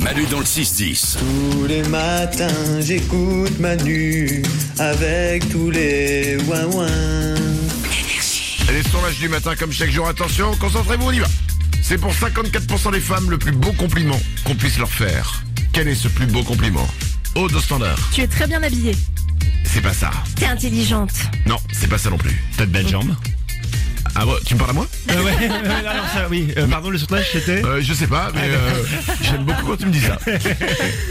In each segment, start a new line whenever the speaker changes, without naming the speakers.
Manu dans le 6-10.
Tous les matins, j'écoute Manu avec tous les ouin-ouin.
Les sondages du matin comme chaque jour, attention, concentrez-vous, on y va. C'est pour 54% des femmes le plus beau compliment qu'on puisse leur faire. Quel est ce plus beau compliment Aude au standard.
Tu es très bien habillée.
C'est pas ça.
T'es intelligente.
Non, c'est pas ça non plus.
T'as de belles jambes.
Ah bon, tu me parles à moi
Euh, ouais, euh, non, non, ça, oui. Euh, pardon, le sondage, c'était Ah,
Euh, je sais pas, mais euh, j'aime beaucoup quand tu me dis ça.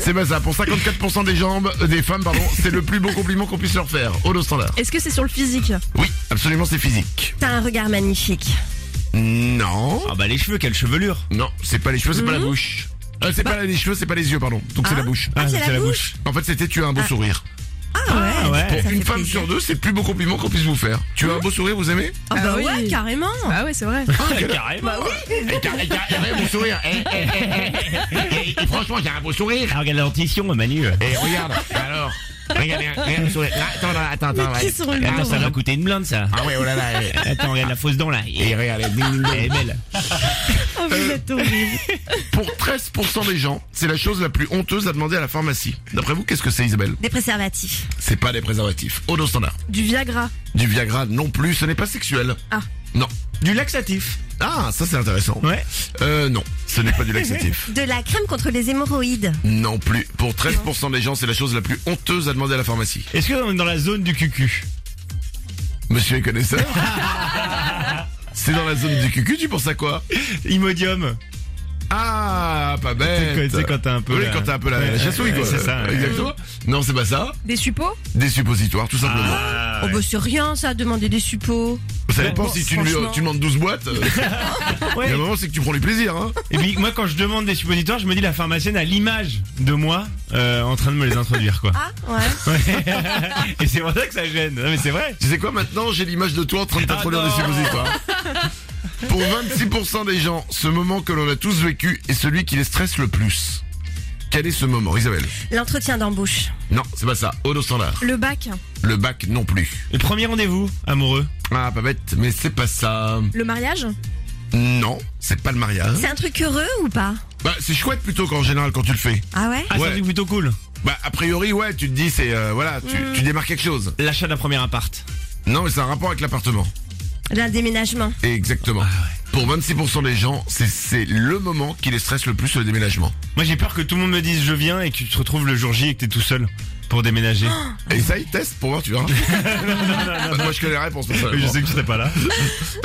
C'est pas ça. Pour 54% des jambes, euh, des femmes, pardon, c'est le plus beau compliment qu'on puisse leur faire. Aude au standard.
Est-ce que c'est sur le physique
Oui, absolument, c'est physique.
T'as un regard magnifique.
Non.
Ah bah les cheveux, quelle chevelure
Non, c'est pas les cheveux, c'est pas la bouche. Euh, c'est pas les cheveux, c'est pas les yeux, pardon. Donc c'est la bouche.
Ah, c'est
c'est
la,
la
bouche.
En fait, c'était tu as un beau sourire.
Ah ouais.
ouais.
Pour
Ça
une
fait
femme
plaisir.
sur deux, c'est le plus beau compliment qu'on puisse vous faire. Tu as un beau sourire, vous aimez
Ah bah
Ah oui.
ouais, carrément.
Ah ouais, c'est vrai.
Carrément
Eh, t'as- eh, t'as- eh, ouais, mon sourire. Eh, eh, eh, eh, eh, eh, eh, franchement, j'ai un beau sourire.
Ah, regarde la dentition, Manu euh.
Et Eh, regarde, alors. Regarde, regarde, regarde le sourire. Ah, Attends, là, attends, attends.
qui
ouais.
sont les
Attends,
dents
ça va coûter une blinde, ça
Ah ouais, oh là là. eh.
Attends, regarde la fausse dent, là
Et regarde, eh, ding, ding, ding.
Elle est belle
Oh, vous êtes horrible.
Pour 13% des gens, c'est la chose la plus honteuse à demander à la pharmacie. D'après vous, qu'est-ce que c'est, Isabelle
Des préservatifs.
C'est pas des préservatifs. Au dos standard.
Du Viagra.
Du Viagra non plus, ce n'est pas sexuel.
Ah.
Non.
Du laxatif
Ah, ça c'est intéressant.
Ouais
Euh, non, ce n'est pas du laxatif.
De la crème contre les hémorroïdes.
Non plus. Pour 13% des gens, c'est la chose la plus honteuse à demander à la pharmacie.
Est-ce qu'on est dans la zone du cucu
Monsieur est connaisseur C'est dans la zone du cucu, tu penses à quoi
Imodium
Ah, pas
C'est
bête
quand- c'est quand t'as un peu
Oui,
la-
quand t'as un peu la,
Ouais,
la chassouille, quoi.
c'est ça, ouais.
Exactement. Non, c'est pas ça.
Des suppôts
Des suppositoires, tout simplement.
Ah,
Oh bah c'est rien ça, demander des suppos.
ça dépend si tu, lui-
franchement.
tu demandes 12 boîtes. euh, Il y a un
ouais.
moment, c'est que tu prends du plaisir, hein.
Et puis moi quand je demande des suppositoires je me dis la pharmacienne a l'image de moi euh, en train de me les introduire quoi.
Ah ouais.
Et c'est pour ça que ça gêne. Non mais c'est vrai.
Tu sais quoi, maintenant, j'ai l'image de toi en train de t'introduire
Ah
des
non.
suppositoires. Pour 26% des gens, ce moment que l'on a tous vécu est celui qui les stresse le plus. Quel est ce moment, Isabelle
L'entretien d'embauche.
Non, c'est pas ça. Odo standard.
Le bac
Le bac non plus.
Le premier rendez-vous amoureux.
Ah, pas bête, mais c'est pas ça.
Le mariage
Non, c'est pas le mariage.
C'est un truc heureux ou pas
Bah, c'est chouette plutôt qu'en général quand tu le fais.
Ah ouais
Ah c'est
Ouais.
un truc plutôt cool.
Bah, a priori, ouais, tu te dis, c'est. euh, voilà, tu, tu démarres quelque chose.
L'achat d'un premier appart.
Non, mais c'est un rapport avec l'appartement.
D'un déménagement.
Ah
Exactement. Pour 26% des gens, c'est- c'est le moment qui les stresse le plus le déménagement.
Moi j'ai peur que tout le monde me dise je viens et que tu te retrouves le jour J et que t'es tout seul pour déménager.
Essaye, teste pour voir, tu verras. Bah, Moi, je connais la réponse.
Mais je
personnellement.
sais que je serai pas là.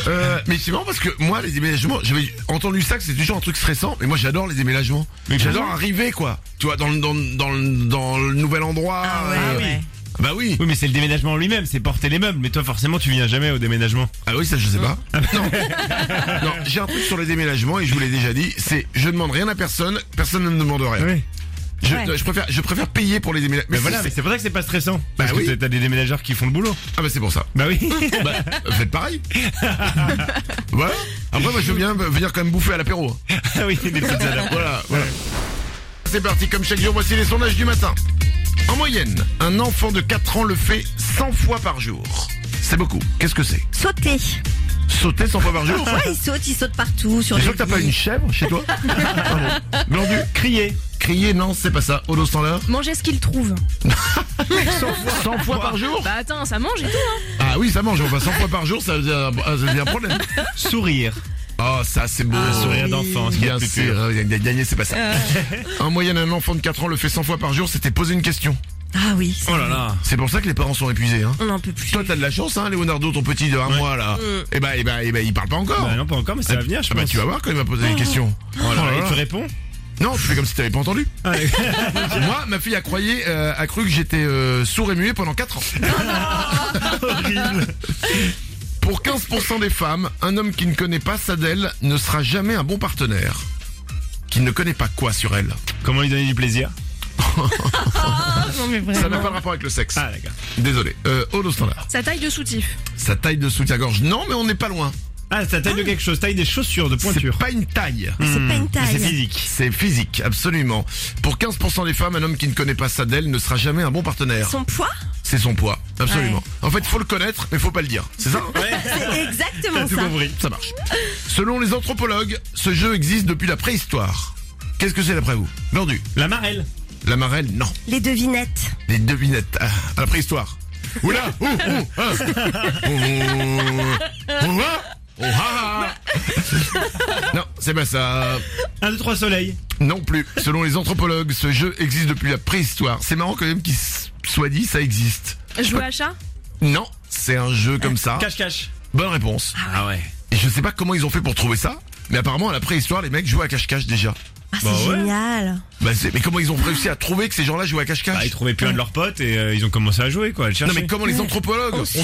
Euh, mais c'est marrant parce que moi, les déménagements, j'avais entendu ça que c'est toujours un truc stressant, mais moi j'adore les déménagements.
Mais
J'adore
pourquoi
arriver, quoi. Tu vois, dans, le- dans, le- dans, le- dans le nouvel endroit.
Ah ouais,
euh,
ouais.
Bah oui.
Oui mais c'est le déménagement en lui-même, c'est porter les meubles. Mais toi forcément tu viens jamais au déménagement.
Ah oui, ça je sais pas. Non, non j'ai un truc sur les déménagements et je vous l'ai déjà dit, c'est je demande rien à personne, personne ne me demande rien.
Oui.
Je,
Ouais.
je préfère, je préfère payer pour les déménagements.
Ah Mais Ben voilà, mais c'est pour ça que c'est pas stressant. Parce
oui.
que t'as- t'as des déménageurs qui font le boulot.
Ah bah c'est pour ça.
Bah oui.
Bah, euh, faites pareil. voilà. Après moi je veux bien euh, venir quand même bouffer à l'apéro.
Ah oui, des petites adaptations.
Voilà, voilà. C'est parti, comme chaque jour, voici les sondages du matin. En moyenne, un enfant de 4 ans le fait 100 fois par jour. C'est beaucoup. Qu'est-ce que c'est
Sauter.
Sauter 100 fois par jour
Ouais, il saute, il saute partout sur
T'es
les
sûr que t'as pas
lits.
une chèvre chez toi Ah bon. Glandu
Crier.
Crier, non, c'est pas ça. Holo standard
Manger ce qu'il trouve.
100 fois, par jour
Bah attends, ça mange et tout, hein
Ah oui, ça mange, enfin 100 fois par jour, ça devient un, ça devient un problème.
Sourire.
Oh, ça c'est beau.
Un sourire
oui.
d'enfant. ce qui est
Bien
plus pur. Euh.
sûr, il a gagné, c'est pas ça. En moyenne, un enfant de 4 ans le fait 100 fois par jour, c'était poser une question.
Ah oui, ça,
Oh là là.
C'est pour ça que les parents sont épuisés, hein.
on n'en peut plus.
Toi, t'as de la chance, hein, Leonardo, ton petit de un mois, là. Eh bah, eh bah, eh bah, il parle pas encore.
Bah non, pas encore, mais ça va venir, je
Ah bah,
pense.
tu vas voir quand il va poser des questions.
Oh là
Oh là
là,
là.
il te répond
Non, tu fais comme si t'avais pas entendu. Moi, ma fille a, croyé, euh, a cru que j'étais euh, sourd et muet pendant 4 ans. Pour 15% des femmes, un homme qui ne connaît pas ça d'elle ne sera jamais un bon partenaire. Qui ne connaît pas quoi sur elle.
Comment lui donner du plaisir
hein.
Ça n'a pas de rapport avec le sexe.
Ah d'accord.
Désolé. Euh, Holo standard.
Sa taille de soutif.
Sa taille de soutien-gorge. Non, mais on n'est pas loin.
Ah, ça taille de quelque chose, taille des chaussures de
C'est
pointure.
pas une taille.
C'est pas une
hmm, Mais C'est
taille.
physique.
C'est physique, absolument. Pour 15% des femmes, un homme qui ne connaît pas ça d'elle ne sera jamais un bon partenaire.
Son poids
C'est son poids, absolument.
Ouais.
En fait, faut le connaître, mais faut pas le dire. C'est ça hein
C'est exactement
Tout
ça.
compris.
Ça marche. Selon les anthropologues, ce jeu existe depuis la préhistoire. Qu'est-ce que c'est d'après vous Glandu.
La marelle.
La marelle, non.
Les devinettes.
Les devinettes à, à la préhistoire. Oula ouh, ouh, hein. Ouh, ouh, hein. Ouh, ah, ah. Non, c'est pas ça.
1, 2, 3 soleil.
Non plus. Selon les anthropologues, ce jeu existe depuis la préhistoire. C'est marrant quand même qu'il s- soit dit ça existe.
Jouer à chat
Non, c'est un jeu comme ça.
Cache-cache.
Bonne réponse.
Ah ouais.
Et je sais pas comment ils ont fait pour trouver ça, mais apparemment à la préhistoire, les mecs jouaient à cache-cache déjà.
Ah, c'est
Bah ouais.
génial.
Bah, c'est- mais comment ils ont réussi à trouver que ces gens-là jouaient à
Bah,
cache-cache
ils Mmh. trouvaient plus un de leurs potes et euh, ils ont commencé à jouer, quoi, à le
Non
chercher.
mais comment les anthropologues ont su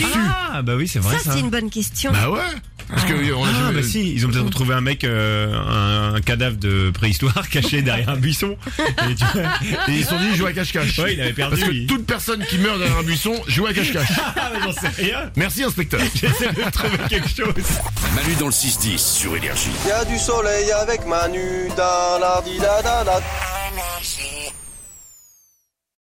Ah, bah oui, c'est vrai
Ça,
ça.
c'est une bonne question.
Bah ouais Parce que euh, on a
Ah,
jamais-
bah si, ils ont peut-être retrouvé un mec, euh, un, un cadavre de préhistoire caché derrière un buisson. Et tu vois,
Et ils se sont dit jouer à cache-cache.
Ouais, il avait perdu,
Parce que
il-
toute personne qui meurt derrière un buisson joue à cache-cache.
ah, mais j'en sais rien.
Merci inspecteur.
J'essaie de trouver quelque chose.
Manu dans le 6-10 sur Énergie.
Y a du soleil avec Manu dans la da da da.